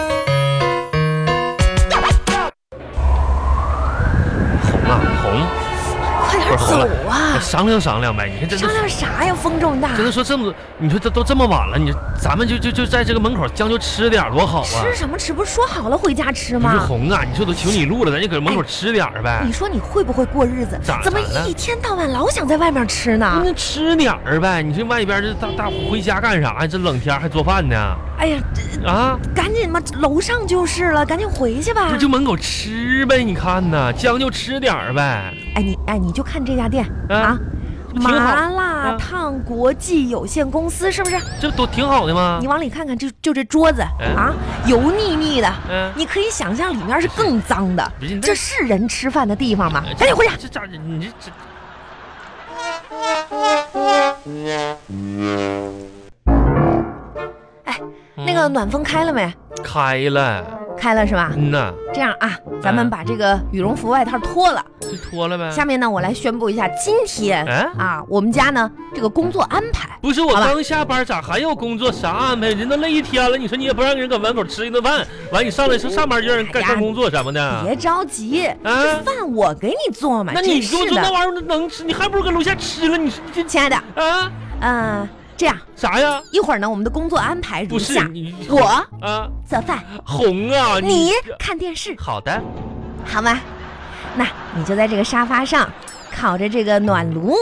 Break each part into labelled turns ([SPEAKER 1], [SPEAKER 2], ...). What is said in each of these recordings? [SPEAKER 1] 啊好了，哎
[SPEAKER 2] 走 啊
[SPEAKER 1] 商量商量呗。你看这
[SPEAKER 2] 商量啥呀？风这么大
[SPEAKER 1] 真，的说这么，你说这都这么晚了，你咱们就就就在这个门口将就吃点儿多好啊！
[SPEAKER 2] 吃什么吃？不是说好了回家吃
[SPEAKER 1] 不是
[SPEAKER 2] 吗？哎
[SPEAKER 1] 红啊，你说都求你路了，咱就搁门口吃点儿呗
[SPEAKER 2] 你，说你会不会过日子
[SPEAKER 1] 咋？
[SPEAKER 2] 怎么
[SPEAKER 1] 咋了
[SPEAKER 2] 一天到晚老想在外面吃呢？
[SPEAKER 1] 那吃点儿呗。你这外边这大大回家干啥呀？这冷天还做饭呢？
[SPEAKER 2] 哎呀，这
[SPEAKER 1] 啊，
[SPEAKER 2] 赶紧吧，楼上就是了，赶紧回去吧
[SPEAKER 1] 不。就门口吃呗？你看呐，将就吃点儿呗。
[SPEAKER 2] 哎，你哎，你就看这家店
[SPEAKER 1] 啊
[SPEAKER 2] 啊，
[SPEAKER 1] 这不挺好
[SPEAKER 2] 麻辣
[SPEAKER 1] 啊
[SPEAKER 2] 烫国际有限公司是不是？
[SPEAKER 1] 这不都挺好的吗
[SPEAKER 2] 你？往里看看，就就这桌子
[SPEAKER 1] 嗯
[SPEAKER 2] 啊，油腻腻的，
[SPEAKER 1] 嗯
[SPEAKER 2] 你可以想象里面是更脏的
[SPEAKER 1] 不是。那
[SPEAKER 2] 这是人吃饭的地方吗
[SPEAKER 1] 哎？这
[SPEAKER 2] 啊赶紧回家！
[SPEAKER 1] 这咋的？你这这。嗯
[SPEAKER 2] 哎那个暖风开了没？
[SPEAKER 1] 开了，
[SPEAKER 2] 开了是吧？
[SPEAKER 1] 嗯呐，
[SPEAKER 2] 这样啊，咱们
[SPEAKER 1] 嗯
[SPEAKER 2] 把这个羽绒服外套脱了。
[SPEAKER 1] 就脱了呗。
[SPEAKER 2] 下面呢，我来宣布一下今天
[SPEAKER 1] 哎
[SPEAKER 2] 啊，我们家呢这个工作安排。
[SPEAKER 1] 不是我
[SPEAKER 2] 好吧
[SPEAKER 1] 刚下班，咋还要工作？啥安排？人都累一天了，你说你也不让人搁门口吃一顿饭，完你上来说上班就让人干
[SPEAKER 2] 哎呀
[SPEAKER 1] 干工作什么的。
[SPEAKER 2] 别着急，
[SPEAKER 1] 啊
[SPEAKER 2] 这饭我给你做嘛。
[SPEAKER 1] 嗯那你
[SPEAKER 2] 真
[SPEAKER 1] 给我做
[SPEAKER 2] 是的
[SPEAKER 1] 那玩意儿能吃？你还不如搁楼下吃了。你说你
[SPEAKER 2] 亲爱的，
[SPEAKER 1] 这啊
[SPEAKER 2] 嗯，这样
[SPEAKER 1] 啥呀？
[SPEAKER 2] 一会儿呢，我们的工作安排如
[SPEAKER 1] 不是
[SPEAKER 2] 哎下：
[SPEAKER 1] 你
[SPEAKER 2] 我
[SPEAKER 1] 啊
[SPEAKER 2] 做饭，
[SPEAKER 1] 红啊
[SPEAKER 2] 你看电视，
[SPEAKER 1] 好的，
[SPEAKER 2] 好吗？那你就在这个沙发上，烤着这个暖炉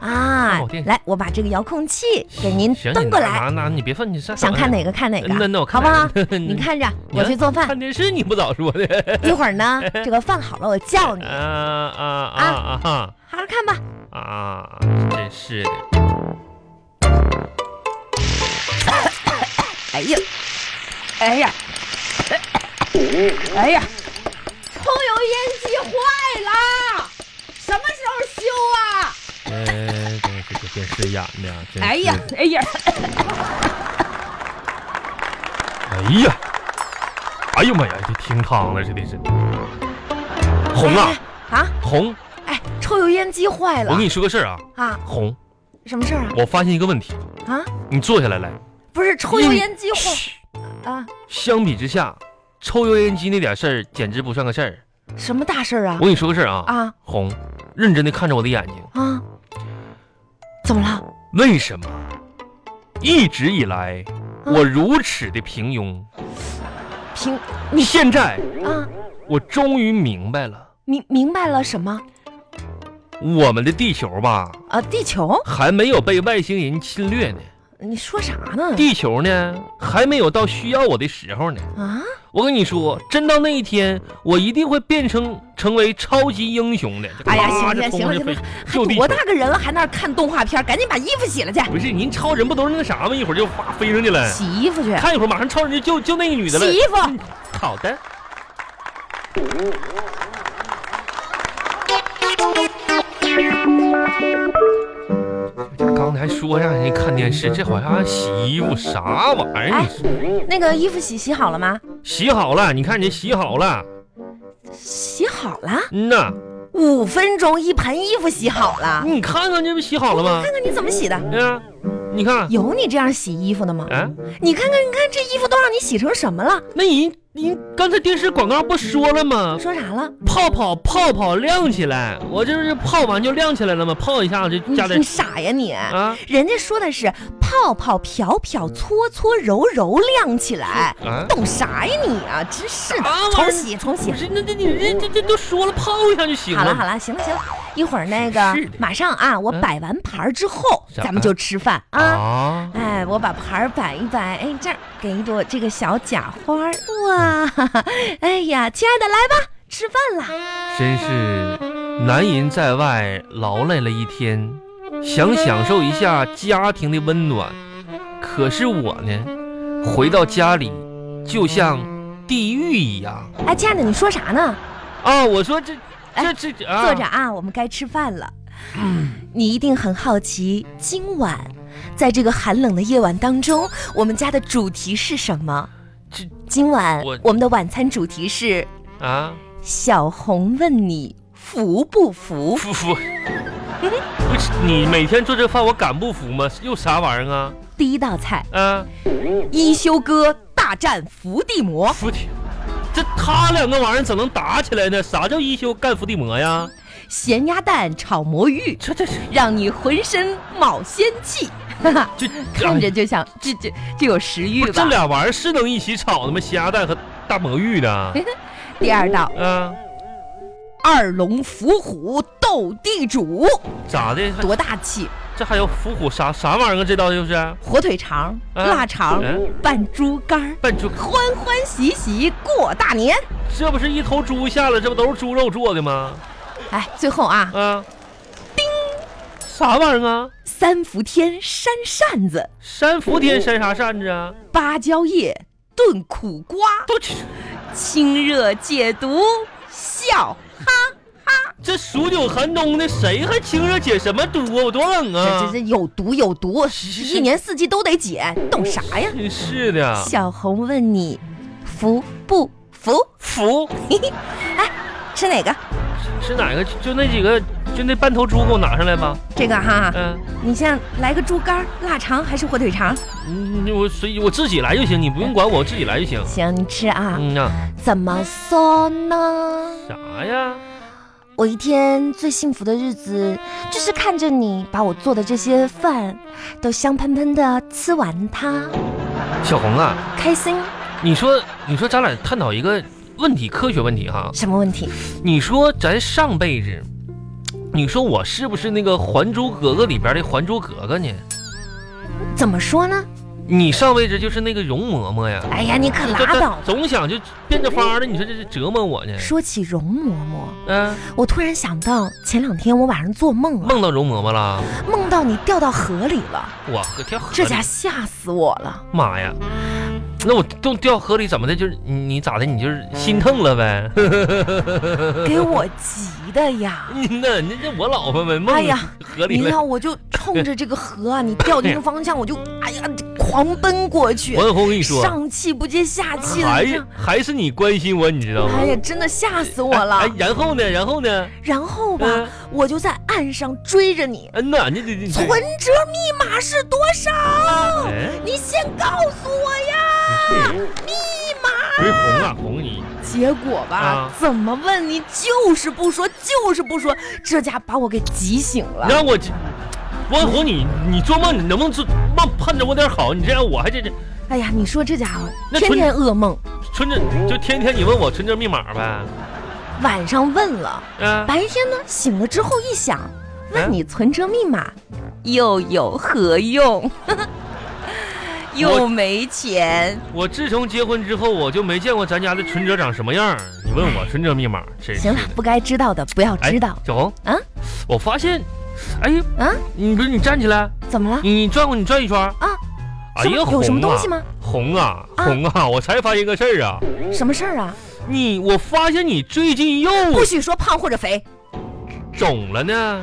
[SPEAKER 2] 啊
[SPEAKER 1] 哦烤电。视
[SPEAKER 2] 来，我把这个遥控器给您
[SPEAKER 1] 行，
[SPEAKER 2] 端
[SPEAKER 1] 你
[SPEAKER 2] 过
[SPEAKER 1] 拿
[SPEAKER 2] 来，
[SPEAKER 1] 拿你别放你上
[SPEAKER 2] 想看哪个看哪个，
[SPEAKER 1] 那那我看
[SPEAKER 2] 好不好
[SPEAKER 1] 哪？个
[SPEAKER 2] 你 看着，我去做饭。
[SPEAKER 1] 看电视你不早说 的
[SPEAKER 2] 一会儿呢，这个饭好了我叫 你，
[SPEAKER 1] 啊
[SPEAKER 2] 好
[SPEAKER 1] 啊啊啊
[SPEAKER 2] 好看吧。
[SPEAKER 1] 啊啊！真是的。
[SPEAKER 2] 哎呀，哎呀，哎呀，抽油烟机坏了，什么时候修啊？
[SPEAKER 1] 哎，真是这电视演的，真是
[SPEAKER 2] 哎呀，
[SPEAKER 1] 嗯
[SPEAKER 2] 哎呀，
[SPEAKER 1] 哎呀，哎呦妈呀，这听汤了，这得是。红啊，
[SPEAKER 2] 哎！啊，
[SPEAKER 1] 红，
[SPEAKER 2] 哎，抽油烟机坏
[SPEAKER 1] 我
[SPEAKER 2] 了
[SPEAKER 1] 跟你说个事儿啊，
[SPEAKER 2] 啊？
[SPEAKER 1] 红，
[SPEAKER 2] 什么事儿啊？
[SPEAKER 1] 我发现一个问题，
[SPEAKER 2] 啊，
[SPEAKER 1] 你坐下来来，
[SPEAKER 2] 不是抽油烟机坏
[SPEAKER 1] 嘘
[SPEAKER 2] 啊？
[SPEAKER 1] 相比之下，抽油烟机那点事儿简直不算个事儿。
[SPEAKER 2] 什么大事儿啊
[SPEAKER 1] 我？跟你说个事儿啊，
[SPEAKER 2] 啊
[SPEAKER 1] 红，认真的看着我的眼睛，
[SPEAKER 2] 啊，怎么了？
[SPEAKER 1] 为什么一直以来
[SPEAKER 2] 啊
[SPEAKER 1] 我如此的平庸？
[SPEAKER 2] 平你
[SPEAKER 1] 现在
[SPEAKER 2] 啊，
[SPEAKER 1] 我终于明白了，
[SPEAKER 2] 明明白了什么？
[SPEAKER 1] 我们的地球吧。
[SPEAKER 2] 啊，地球？
[SPEAKER 1] 还没有被外星人侵略呢，
[SPEAKER 2] 你说啥呢？
[SPEAKER 1] 地球呢还没有到需要我的时候呢。
[SPEAKER 2] 啊，
[SPEAKER 1] 我跟你说，真到那一天，我一定会变成成为超级英雄的。
[SPEAKER 2] 哎呀，
[SPEAKER 1] 啪
[SPEAKER 2] 行
[SPEAKER 1] 就
[SPEAKER 2] 行
[SPEAKER 1] 冲
[SPEAKER 2] 行了
[SPEAKER 1] 上去
[SPEAKER 2] 行
[SPEAKER 1] 飞，
[SPEAKER 2] 了还
[SPEAKER 1] 救地哎
[SPEAKER 2] 多
[SPEAKER 1] 球
[SPEAKER 2] 大个人了，还那儿看动画片儿，赶紧把衣服洗了去，
[SPEAKER 1] 不是您超人不都是那啥吗？一会儿就哗飞上去了。
[SPEAKER 2] 洗衣服去，
[SPEAKER 1] 看一会儿，马上超人就救救那个女的了。嗯
[SPEAKER 2] 洗衣服。
[SPEAKER 1] 好的。刚才说让人家看电视，这好像还洗衣服啥玩意儿？
[SPEAKER 2] 哎
[SPEAKER 1] 你说。
[SPEAKER 2] 那个衣服洗洗好了吗？
[SPEAKER 1] 洗好了，你看你洗好了，
[SPEAKER 2] 洗好了，
[SPEAKER 1] 嗯呐，
[SPEAKER 2] 五分钟一盆衣服洗好了，
[SPEAKER 1] 你看看这不洗好了吗
[SPEAKER 2] 看？看你怎么洗的。
[SPEAKER 1] 嗯、你看，
[SPEAKER 2] 有你这样洗衣服的吗？
[SPEAKER 1] 啊，
[SPEAKER 2] 你看看，你看这衣服都让你洗成什么了？
[SPEAKER 1] 那你你刚才电视广告不说了吗？
[SPEAKER 2] 说啥了？
[SPEAKER 1] 泡泡泡泡亮起来，我这不是泡完就亮起来了吗？泡一下就
[SPEAKER 2] 你
[SPEAKER 1] 加点
[SPEAKER 2] 你傻呀你！
[SPEAKER 1] 啊
[SPEAKER 2] 人家说的是泡泡漂漂搓搓揉揉亮起来，
[SPEAKER 1] 啊！
[SPEAKER 2] 懂啥呀你啊？真是的
[SPEAKER 1] 啥玩，意儿
[SPEAKER 2] 重洗重洗
[SPEAKER 1] 不。是，那那你这这这都说了，泡一下就行
[SPEAKER 2] 好
[SPEAKER 1] 了。
[SPEAKER 2] 了好了，行了行了，一会儿那个
[SPEAKER 1] 是的
[SPEAKER 2] 马上啊，我
[SPEAKER 1] 嗯
[SPEAKER 2] 摆完盘儿之后，
[SPEAKER 1] 是啊
[SPEAKER 2] 咱们就吃饭啊。
[SPEAKER 1] 啊，
[SPEAKER 2] 哎，我把盘儿摆一摆，哎，这儿给一朵这个小假花儿，哇，哈哈哎呀，亲爱的，来吧，吃饭
[SPEAKER 1] 嗯
[SPEAKER 2] 啦。
[SPEAKER 1] 真是男人在外劳累了一天，想享受一下家庭的温暖，可是我呢，回到家里就像地狱一样
[SPEAKER 2] 哎，亲爱的，你说啥呢？
[SPEAKER 1] 啊！我说这这这这啊，
[SPEAKER 2] 坐着啊，我们该吃饭了。你一定很好奇，今晚在这个寒冷的夜晚当中，我们家的主题是什么
[SPEAKER 1] 这？
[SPEAKER 2] 今晚
[SPEAKER 1] 我
[SPEAKER 2] 我们的晚餐主题是
[SPEAKER 1] 啊，
[SPEAKER 2] 小红问你服不服？
[SPEAKER 1] 服服。 不是你每天做这饭，我敢不服吗？又啥玩意儿啊？
[SPEAKER 2] 第一道菜，
[SPEAKER 1] 啊，
[SPEAKER 2] 一休哥大战伏地魔。
[SPEAKER 1] 伏地，这他两个玩意儿怎能打起来呢？啥叫一休干伏地魔呀？
[SPEAKER 2] 咸鸭蛋炒魔芋，
[SPEAKER 1] 这这这
[SPEAKER 2] 让你浑身冒仙气， 哈哈，
[SPEAKER 1] 这哎
[SPEAKER 2] 看着就想这这就有食欲
[SPEAKER 1] 不是这
[SPEAKER 2] 吧。
[SPEAKER 1] 俩玩意儿是能一起炒的吗？咸鸭蛋和大魔芋呢？
[SPEAKER 2] 第二道，
[SPEAKER 1] 啊，
[SPEAKER 2] 二龙伏虎斗地主，
[SPEAKER 1] 咋的？还
[SPEAKER 2] 多大气！
[SPEAKER 1] 这还有伏虎啥啥玩意儿啊？这道就是
[SPEAKER 2] 火腿肠、腊肠
[SPEAKER 1] 嗯、
[SPEAKER 2] 拌猪肝儿，
[SPEAKER 1] 笨猪，
[SPEAKER 2] 欢欢喜喜过大年。
[SPEAKER 1] 这不是一头猪下来，这不都是猪肉做的吗？
[SPEAKER 2] 哎，最后啊，
[SPEAKER 1] 啊，叮，啥玩意儿啊？
[SPEAKER 2] 三伏天扇扇子，
[SPEAKER 1] 扇伏天扇啥扇子啊？
[SPEAKER 2] 芭蕉叶炖苦瓜，
[SPEAKER 1] 都去，
[SPEAKER 2] 清热解毒，笑。
[SPEAKER 1] 这数九寒冬的，谁还清热解什么毒啊？我多冷
[SPEAKER 2] 这这
[SPEAKER 1] 啊！
[SPEAKER 2] 这有毒有毒，
[SPEAKER 1] 是是
[SPEAKER 2] 一年四季都得解，你懂啥呀？
[SPEAKER 1] 真是的，
[SPEAKER 2] 小红问你，服不服？
[SPEAKER 1] 服
[SPEAKER 2] 吃哪个？
[SPEAKER 1] 是哪个？就就那几个，就那半头猪给我拿上来吧。
[SPEAKER 2] 这个哈，
[SPEAKER 1] 嗯、
[SPEAKER 2] 你先来个猪肝儿、腊肠还是火腿肠？
[SPEAKER 1] 你我随意我自己来就行，你不用管我，我自己来就行。
[SPEAKER 2] 行，你吃啊。
[SPEAKER 1] 嗯呐、
[SPEAKER 2] 怎么说呢？
[SPEAKER 1] 啥呀？
[SPEAKER 2] 我一天最幸福的日子，就是看着你把我做的这些饭都香喷喷的吃完它，
[SPEAKER 1] 小红啊，
[SPEAKER 2] 开心。
[SPEAKER 1] 你说你说咱俩探讨一个问题，科学问题哈。
[SPEAKER 2] 什么问题？
[SPEAKER 1] 你说咱上辈子，你说我是不是那个《还珠格格》里边的《还珠格格》呢？
[SPEAKER 2] 怎么说呢？
[SPEAKER 1] 你上辈子就是那个容嬷嬷呀？
[SPEAKER 2] 哎呀，你可
[SPEAKER 1] 这
[SPEAKER 2] 拉
[SPEAKER 1] 这
[SPEAKER 2] 倒吧！
[SPEAKER 1] 总想就变着法儿的，你说这是折磨我呢？
[SPEAKER 2] 说起容嬷嬷，
[SPEAKER 1] 嗯、
[SPEAKER 2] 我突然想到，前两天我晚上做梦啊，
[SPEAKER 1] 梦到容嬷嬷了，
[SPEAKER 2] 梦到你掉到河里了，
[SPEAKER 1] 我和跳河里，
[SPEAKER 2] 这家吓死我 了。
[SPEAKER 1] 妈呀！那我都掉河里怎么的？就是你你咋的？你就是心疼了呗？
[SPEAKER 2] 给我急的呀！
[SPEAKER 1] 那那那我老婆们梦
[SPEAKER 2] 哎呀
[SPEAKER 1] 河里
[SPEAKER 2] 你
[SPEAKER 1] 了。
[SPEAKER 2] 看，我就冲着这个河啊，你掉的那个方向，我就哎呀狂奔过去
[SPEAKER 1] 王，小红，我跟你说，哎
[SPEAKER 2] 上气不接下气的
[SPEAKER 1] 还
[SPEAKER 2] 这样。
[SPEAKER 1] 还是你关心我，你知道吗？
[SPEAKER 2] 哎呀，真的吓死我了！
[SPEAKER 1] 哎，哎然后呢？然后呢？
[SPEAKER 2] 然后吧，
[SPEAKER 1] 嗯
[SPEAKER 2] 我就在岸上追着你，
[SPEAKER 1] 嗯呐，你这这
[SPEAKER 2] 存
[SPEAKER 1] 这，
[SPEAKER 2] 折密码是多少？
[SPEAKER 1] 哎，
[SPEAKER 2] 你先告诉我呀！
[SPEAKER 1] 密码。不是红啊，红你
[SPEAKER 2] 结果吧，
[SPEAKER 1] 啊
[SPEAKER 2] 怎么问你就是不说，就是不说，这家把我给急醒了。
[SPEAKER 1] 让我这，王红你你做梦你能不能做梦盼着我点好？你这样我还这这
[SPEAKER 2] 哎呀，你说这家伙
[SPEAKER 1] 那
[SPEAKER 2] 天
[SPEAKER 1] 存
[SPEAKER 2] 天噩梦，
[SPEAKER 1] 存着就天天你问我存折密码呗？
[SPEAKER 2] 晚上问了，
[SPEAKER 1] 啊，
[SPEAKER 2] 白天呢醒了之后一想，问
[SPEAKER 1] 嗯
[SPEAKER 2] 你存折密码又有何用？ 又没钱，
[SPEAKER 1] 我自从结婚之后我就没见过咱家的存折长什么样儿。你问我存折密码，真是
[SPEAKER 2] 行了，
[SPEAKER 1] 的。
[SPEAKER 2] 不该知道的不要
[SPEAKER 1] 哎
[SPEAKER 2] 知道。
[SPEAKER 1] 小红
[SPEAKER 2] 啊，
[SPEAKER 1] 我发现，哎呀，
[SPEAKER 2] 啊，
[SPEAKER 1] 你不是你站起来，
[SPEAKER 2] 怎么了？
[SPEAKER 1] 你转过你转一圈啊
[SPEAKER 2] 啊什么有什么东西吗？
[SPEAKER 1] 红啊
[SPEAKER 2] 啊
[SPEAKER 1] 红啊！我才发现个事儿啊，
[SPEAKER 2] 什么事儿啊？
[SPEAKER 1] 你我发现你最近又
[SPEAKER 2] 不许说胖或者肥，
[SPEAKER 1] 肿了呢。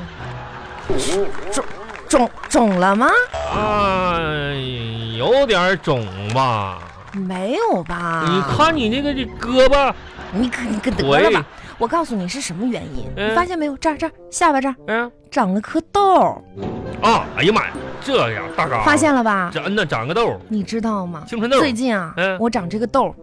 [SPEAKER 2] 肿肿了吗？
[SPEAKER 1] 啊，有点肿吧？
[SPEAKER 2] 没有吧？
[SPEAKER 1] 你，看你那个这胳膊，
[SPEAKER 2] 你可你可得了
[SPEAKER 1] 腿，
[SPEAKER 2] 吧！我告诉你是什么原因，
[SPEAKER 1] 嗯
[SPEAKER 2] 你发现没有？这儿这儿下巴这儿
[SPEAKER 1] 嗯
[SPEAKER 2] 长了颗痘儿，
[SPEAKER 1] 啊，哎呀妈呀，这呀大嘎，
[SPEAKER 2] 发现了吧？
[SPEAKER 1] 长那长个痘儿，
[SPEAKER 2] 你知道吗？
[SPEAKER 1] 青春痘儿
[SPEAKER 2] 最近啊
[SPEAKER 1] 嗯，
[SPEAKER 2] 我长这个痘儿，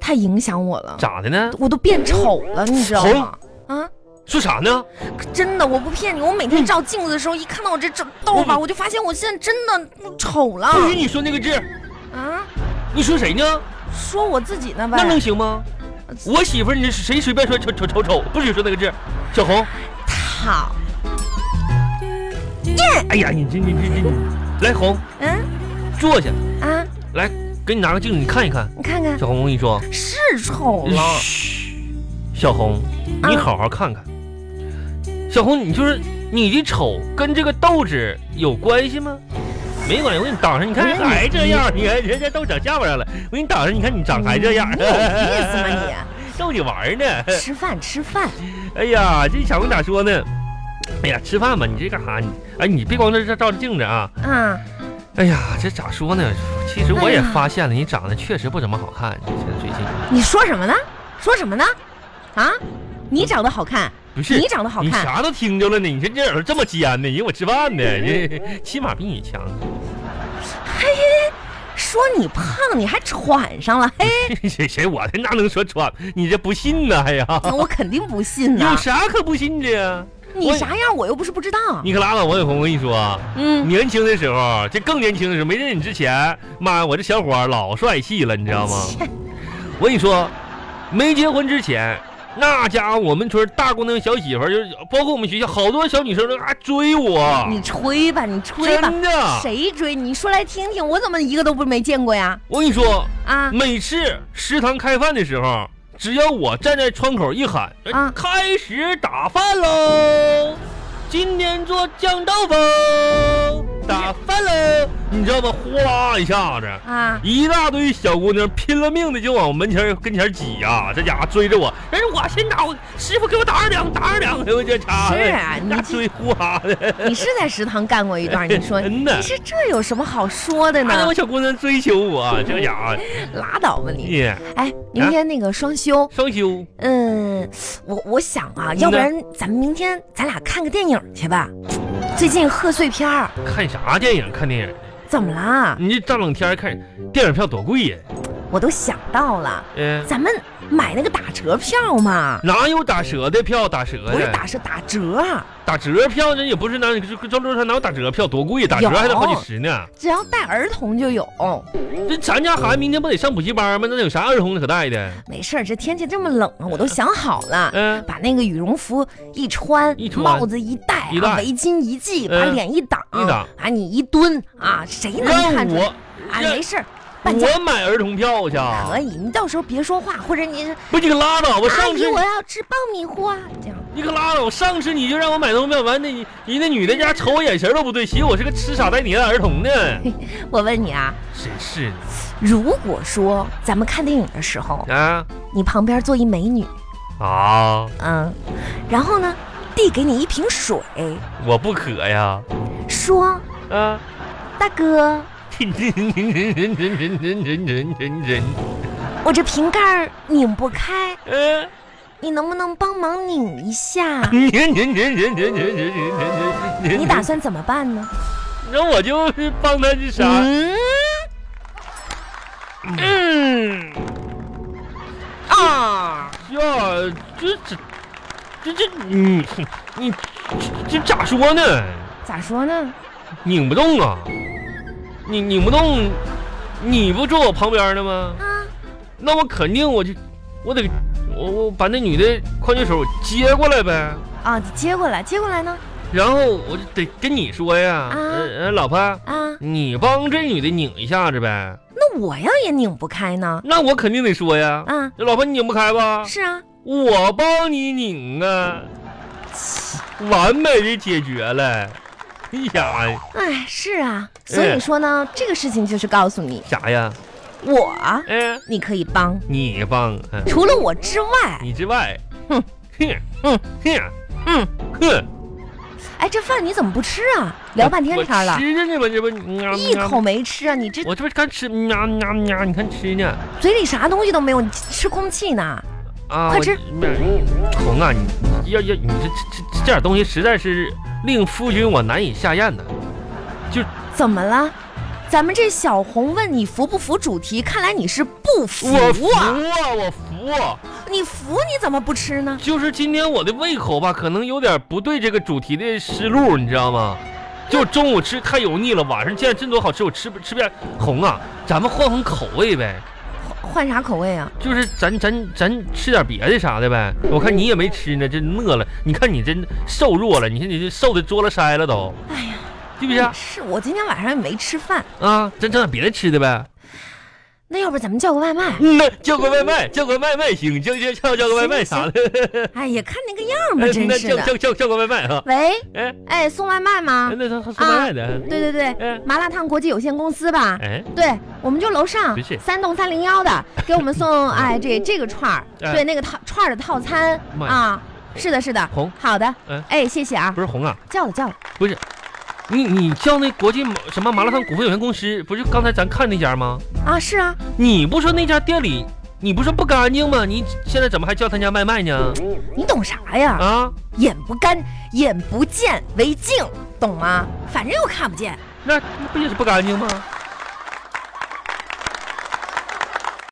[SPEAKER 2] 太影响我了，
[SPEAKER 1] 咋的呢？
[SPEAKER 2] 我都变丑了，你知道吗？啊，
[SPEAKER 1] 说啥呢？
[SPEAKER 2] 可真的，我不骗你，我每天照镜子的时候，一看到我这这痘儿吧，
[SPEAKER 1] 嗯
[SPEAKER 2] 我就发现我现在真的嗯丑了
[SPEAKER 1] 不许你说那个字，
[SPEAKER 2] 啊！
[SPEAKER 1] 你说谁呢？
[SPEAKER 2] 说我自己呢呗
[SPEAKER 1] 那，能行吗？我媳妇儿，你谁随便说丑丑丑丑，不许说那个字。小红，
[SPEAKER 2] 好，
[SPEAKER 1] 哎呀，你这你这这，你来红
[SPEAKER 2] 嗯
[SPEAKER 1] 坐下，
[SPEAKER 2] 啊，
[SPEAKER 1] 来给你拿个镜子，你看一看。
[SPEAKER 2] 你看看。
[SPEAKER 1] 小红，我跟你说，
[SPEAKER 2] 是丑了，
[SPEAKER 1] 嘘，小红，你好好看看。小红，你就是你的丑跟这个豆子有关系吗？没关系，我给你挡上，你看
[SPEAKER 2] 不是你
[SPEAKER 1] 还这样，你看人家都长下巴上了，我给你挡上，你看你长还这样，
[SPEAKER 2] 你有意思吗
[SPEAKER 1] 你？逗你玩儿呢。
[SPEAKER 2] 你？吃饭吃饭，
[SPEAKER 1] 哎呀，这小红咋说呢？哎呀，吃饭吧，你这干啥？你哎，你别光这这照着镜子啊！
[SPEAKER 2] 啊，
[SPEAKER 1] 哎呀，这咋说呢？其实我也
[SPEAKER 2] 哎呀
[SPEAKER 1] 发现了，你长得确实不怎么好看。你现在最近
[SPEAKER 2] 你说什么呢？说什么呢？啊，你长得好看，
[SPEAKER 1] 不是
[SPEAKER 2] 你长得好
[SPEAKER 1] 你
[SPEAKER 2] 看，
[SPEAKER 1] 啥都听着了呢，你这这耳朵这么尖呢？因为我吃饭呢，这起码比你强。
[SPEAKER 2] 说你胖，你还喘 上了，嘿，
[SPEAKER 1] 谁谁我的那能说穿？你这不信呢？还呀？
[SPEAKER 2] 我肯定不信
[SPEAKER 1] 有
[SPEAKER 2] 呐。
[SPEAKER 1] 啥可不信的呀？
[SPEAKER 2] 你
[SPEAKER 1] 我
[SPEAKER 2] 啥样我又不是不知道。
[SPEAKER 1] 你可拉倒，王小红，我跟你说啊，
[SPEAKER 2] 嗯，
[SPEAKER 1] 年轻的时候，这更年轻的时候，没认识你之前，妈呀，我这小伙儿老帅气了，你知道吗？我跟你说，没结婚之前，那家伙我们村大姑娘小媳妇儿，就是包括我们学校好多小女生都啊追我，
[SPEAKER 2] 你吹吧，你吹吧。
[SPEAKER 1] 真的。
[SPEAKER 2] 谁追你？你说来听听，我怎么一个都不没见过呀？
[SPEAKER 1] 我跟你说，
[SPEAKER 2] 啊，
[SPEAKER 1] 每次食堂开饭的时候，只要我站在窗口一喊，哎
[SPEAKER 2] 啊
[SPEAKER 1] 开始打饭喽，今天做酱豆腐，打饭喽，你知道吗？呼啦一下子。
[SPEAKER 2] 啊，
[SPEAKER 1] 一大堆小姑娘拼了命的就往我门前儿跟前儿挤呀、这家伙追着我，哎，我先打，我师傅给我打二两，打二两， 哎我这家伙
[SPEAKER 2] 是啊你
[SPEAKER 1] 那
[SPEAKER 2] 这
[SPEAKER 1] 追呼哈的，
[SPEAKER 2] 你是在食堂干过 一段，你说
[SPEAKER 1] 真的
[SPEAKER 2] 你是这有什么好说的
[SPEAKER 1] 那那
[SPEAKER 2] 呢
[SPEAKER 1] 帮？小姑娘追求我，这家伙，
[SPEAKER 2] 拉倒吧你！
[SPEAKER 1] 耶，
[SPEAKER 2] 哎，明天那个双休，
[SPEAKER 1] 双休，
[SPEAKER 2] 嗯，我我想啊，
[SPEAKER 1] 嗯
[SPEAKER 2] 要不然咱们明天咱俩看个电影去吧。最近贺岁片儿
[SPEAKER 1] 看啥电影？看电影？
[SPEAKER 2] 怎么啦？
[SPEAKER 1] 你这大冷天儿看电影票多贵呀、
[SPEAKER 2] 我都想到了，
[SPEAKER 1] 嗯、
[SPEAKER 2] 咱们买那个打折票嘛，
[SPEAKER 1] 哪有打折的票？打折的，
[SPEAKER 2] 不是打折打折啊，
[SPEAKER 1] 打折票，这也不是哪，周周上哪有打折票？多贵呀，打折
[SPEAKER 2] 有
[SPEAKER 1] 还得好几十呢。
[SPEAKER 2] 只要带儿童就有。
[SPEAKER 1] 这咱家孩子明天不得上补习班吗？那有啥儿童可带的？
[SPEAKER 2] 没事儿，这天气这么冷啊，我都想好了。
[SPEAKER 1] 嗯、
[SPEAKER 2] 把那个羽绒服一穿，
[SPEAKER 1] 一穿
[SPEAKER 2] 帽子一戴、啊，
[SPEAKER 1] 一戴
[SPEAKER 2] 围巾一系，
[SPEAKER 1] 嗯
[SPEAKER 2] 把脸一挡，
[SPEAKER 1] 一挡
[SPEAKER 2] 啊，你一蹲啊，谁能
[SPEAKER 1] 让
[SPEAKER 2] 看出来？
[SPEAKER 1] 我
[SPEAKER 2] 哎，
[SPEAKER 1] 让
[SPEAKER 2] 没事儿，半价
[SPEAKER 1] 我买儿童票去啊，
[SPEAKER 2] 可以。你到时候别说话，或者你
[SPEAKER 1] 不你可拉倒吧！
[SPEAKER 2] 阿
[SPEAKER 1] 上
[SPEAKER 2] 姨，
[SPEAKER 1] 次
[SPEAKER 2] 哎我要吃爆米花，这样
[SPEAKER 1] 你可拉倒，上次你就让我买儿童票，完那你你那女的家瞅我眼神都不对，寻思我是个痴傻呆萌的儿童呢。
[SPEAKER 2] 我问你啊，
[SPEAKER 1] 真是
[SPEAKER 2] 如果说咱们看电影的时候，
[SPEAKER 1] 的啊
[SPEAKER 2] 你旁边坐一美女，
[SPEAKER 1] 啊！
[SPEAKER 2] 嗯，然后呢，递给你一瓶水，
[SPEAKER 1] 我不渴呀
[SPEAKER 2] 说
[SPEAKER 1] 啊！
[SPEAKER 2] 大哥，
[SPEAKER 1] 真真真真真真真真真真，
[SPEAKER 2] 我这瓶盖儿拧不开，
[SPEAKER 1] 嗯，
[SPEAKER 2] 你能不能帮忙拧一下？
[SPEAKER 1] 真真真真真真真真真，
[SPEAKER 2] 你打算怎么办呢？
[SPEAKER 1] 那我就是帮他是啥？
[SPEAKER 2] 嗯嗯啊，
[SPEAKER 1] 呀，这这这这你你这这咋说呢？
[SPEAKER 2] 咋说呢？
[SPEAKER 1] 拧不动啊，你拧不动，你不坐我旁边呢吗？
[SPEAKER 2] 啊，
[SPEAKER 1] 那我肯定我就我得我我把那女的矿泉水我接过来呗，
[SPEAKER 2] 啊，你接过来，接过来呢？
[SPEAKER 1] 然后我就得跟你说呀，
[SPEAKER 2] 啊
[SPEAKER 1] 呃呃老婆，
[SPEAKER 2] 啊，
[SPEAKER 1] 你帮这女的拧一下子呗，
[SPEAKER 2] 那我要也拧不开呢？
[SPEAKER 1] 那我肯定得说呀，
[SPEAKER 2] 啊，
[SPEAKER 1] 老婆你拧不开吧？
[SPEAKER 2] 是啊，
[SPEAKER 1] 我帮你拧啊，完美的解决了。哎呀，
[SPEAKER 2] 哎，是啊，所以说呢，
[SPEAKER 1] 哎
[SPEAKER 2] 这个事情就是告诉你，
[SPEAKER 1] 啥呀？
[SPEAKER 2] 我
[SPEAKER 1] 哎，
[SPEAKER 2] 你可以帮，
[SPEAKER 1] 你帮，嗯
[SPEAKER 2] 除了我之外，
[SPEAKER 1] 你之外，哼
[SPEAKER 2] 哼，
[SPEAKER 1] 哼，
[SPEAKER 2] 嗯
[SPEAKER 1] 哼，
[SPEAKER 2] 嗯，
[SPEAKER 1] 哼，
[SPEAKER 2] 哎，这饭你怎么不吃啊？聊半天天
[SPEAKER 1] 我
[SPEAKER 2] 了，
[SPEAKER 1] 吃着啊呢吧，这不，嗯
[SPEAKER 2] 一口，没吃啊？你这
[SPEAKER 1] 嗯我这不是刚吃，喵喵喵，你看吃呢，
[SPEAKER 2] 嘴里啥东西都没有，你吃空气呢？
[SPEAKER 1] 啊，
[SPEAKER 2] 快
[SPEAKER 1] 我
[SPEAKER 2] 吃
[SPEAKER 1] 嗯红啊，你要要你这这这这点东西实在是令夫君我难以下咽呐。
[SPEAKER 2] 怎么了？咱们这小红问你服不服主题，看来你是不服
[SPEAKER 1] 我服
[SPEAKER 2] 啊！
[SPEAKER 1] 啊，我服啊。
[SPEAKER 2] 你服你怎么不吃呢？
[SPEAKER 1] 就是今天我的胃口吧，可能有点不对这个主题的思路，你知道吗？就中午吃太油腻了，晚上见这么多好吃，我吃不吃不下。红啊，咱们换换口味呗，
[SPEAKER 2] 换换啥口味啊？
[SPEAKER 1] 就是咱咱咱吃点别的啥的呗。我看你也没吃呢，这饿了。你看你这瘦弱了，你看你这瘦的作了腮了都，
[SPEAKER 2] 哎呀，
[SPEAKER 1] 是不是啊？
[SPEAKER 2] 是我今天晚上也没吃饭，
[SPEAKER 1] 啊咱整点别的吃的呗。
[SPEAKER 2] 那要不咱们叫个外卖？
[SPEAKER 1] 嗯呐，叫个外卖，叫个外卖行，叫叫叫叫个外卖啥的。
[SPEAKER 2] 哎呀，看那个样儿吧，
[SPEAKER 1] 哎
[SPEAKER 2] 真
[SPEAKER 1] 那
[SPEAKER 2] 是
[SPEAKER 1] 叫
[SPEAKER 2] 的。
[SPEAKER 1] 叫叫叫个外卖啊！
[SPEAKER 2] 喂，
[SPEAKER 1] 哎，
[SPEAKER 2] 哎，送外卖吗
[SPEAKER 1] 哎？那他他送外卖的，
[SPEAKER 2] 对对对，
[SPEAKER 1] 哎
[SPEAKER 2] 麻辣烫国际有限公司吧？
[SPEAKER 1] 哎。
[SPEAKER 2] 对，我们就楼上
[SPEAKER 1] 不是
[SPEAKER 2] 三栋三零幺的，给我们送哎这这个串儿，
[SPEAKER 1] 嗯哎
[SPEAKER 2] 对那个套串儿的套餐
[SPEAKER 1] 妈呀
[SPEAKER 2] 啊，是的，是的，
[SPEAKER 1] 红
[SPEAKER 2] 好的
[SPEAKER 1] 哎，
[SPEAKER 2] 哎，谢谢啊
[SPEAKER 1] 不，是红啊，
[SPEAKER 2] 叫了叫了，
[SPEAKER 1] 你你叫那国际麻什么麻辣烫股份有限公司，不是刚才咱看那家吗？
[SPEAKER 2] 啊，是啊，
[SPEAKER 1] 你不说那家店里，你不说不干净吗？你现在怎么还叫他家外卖呢？
[SPEAKER 2] 你懂啥呀？
[SPEAKER 1] 啊，
[SPEAKER 2] 眼不干，眼不见为净，懂吗？反正又看不见，
[SPEAKER 1] 那那不也是不干净吗？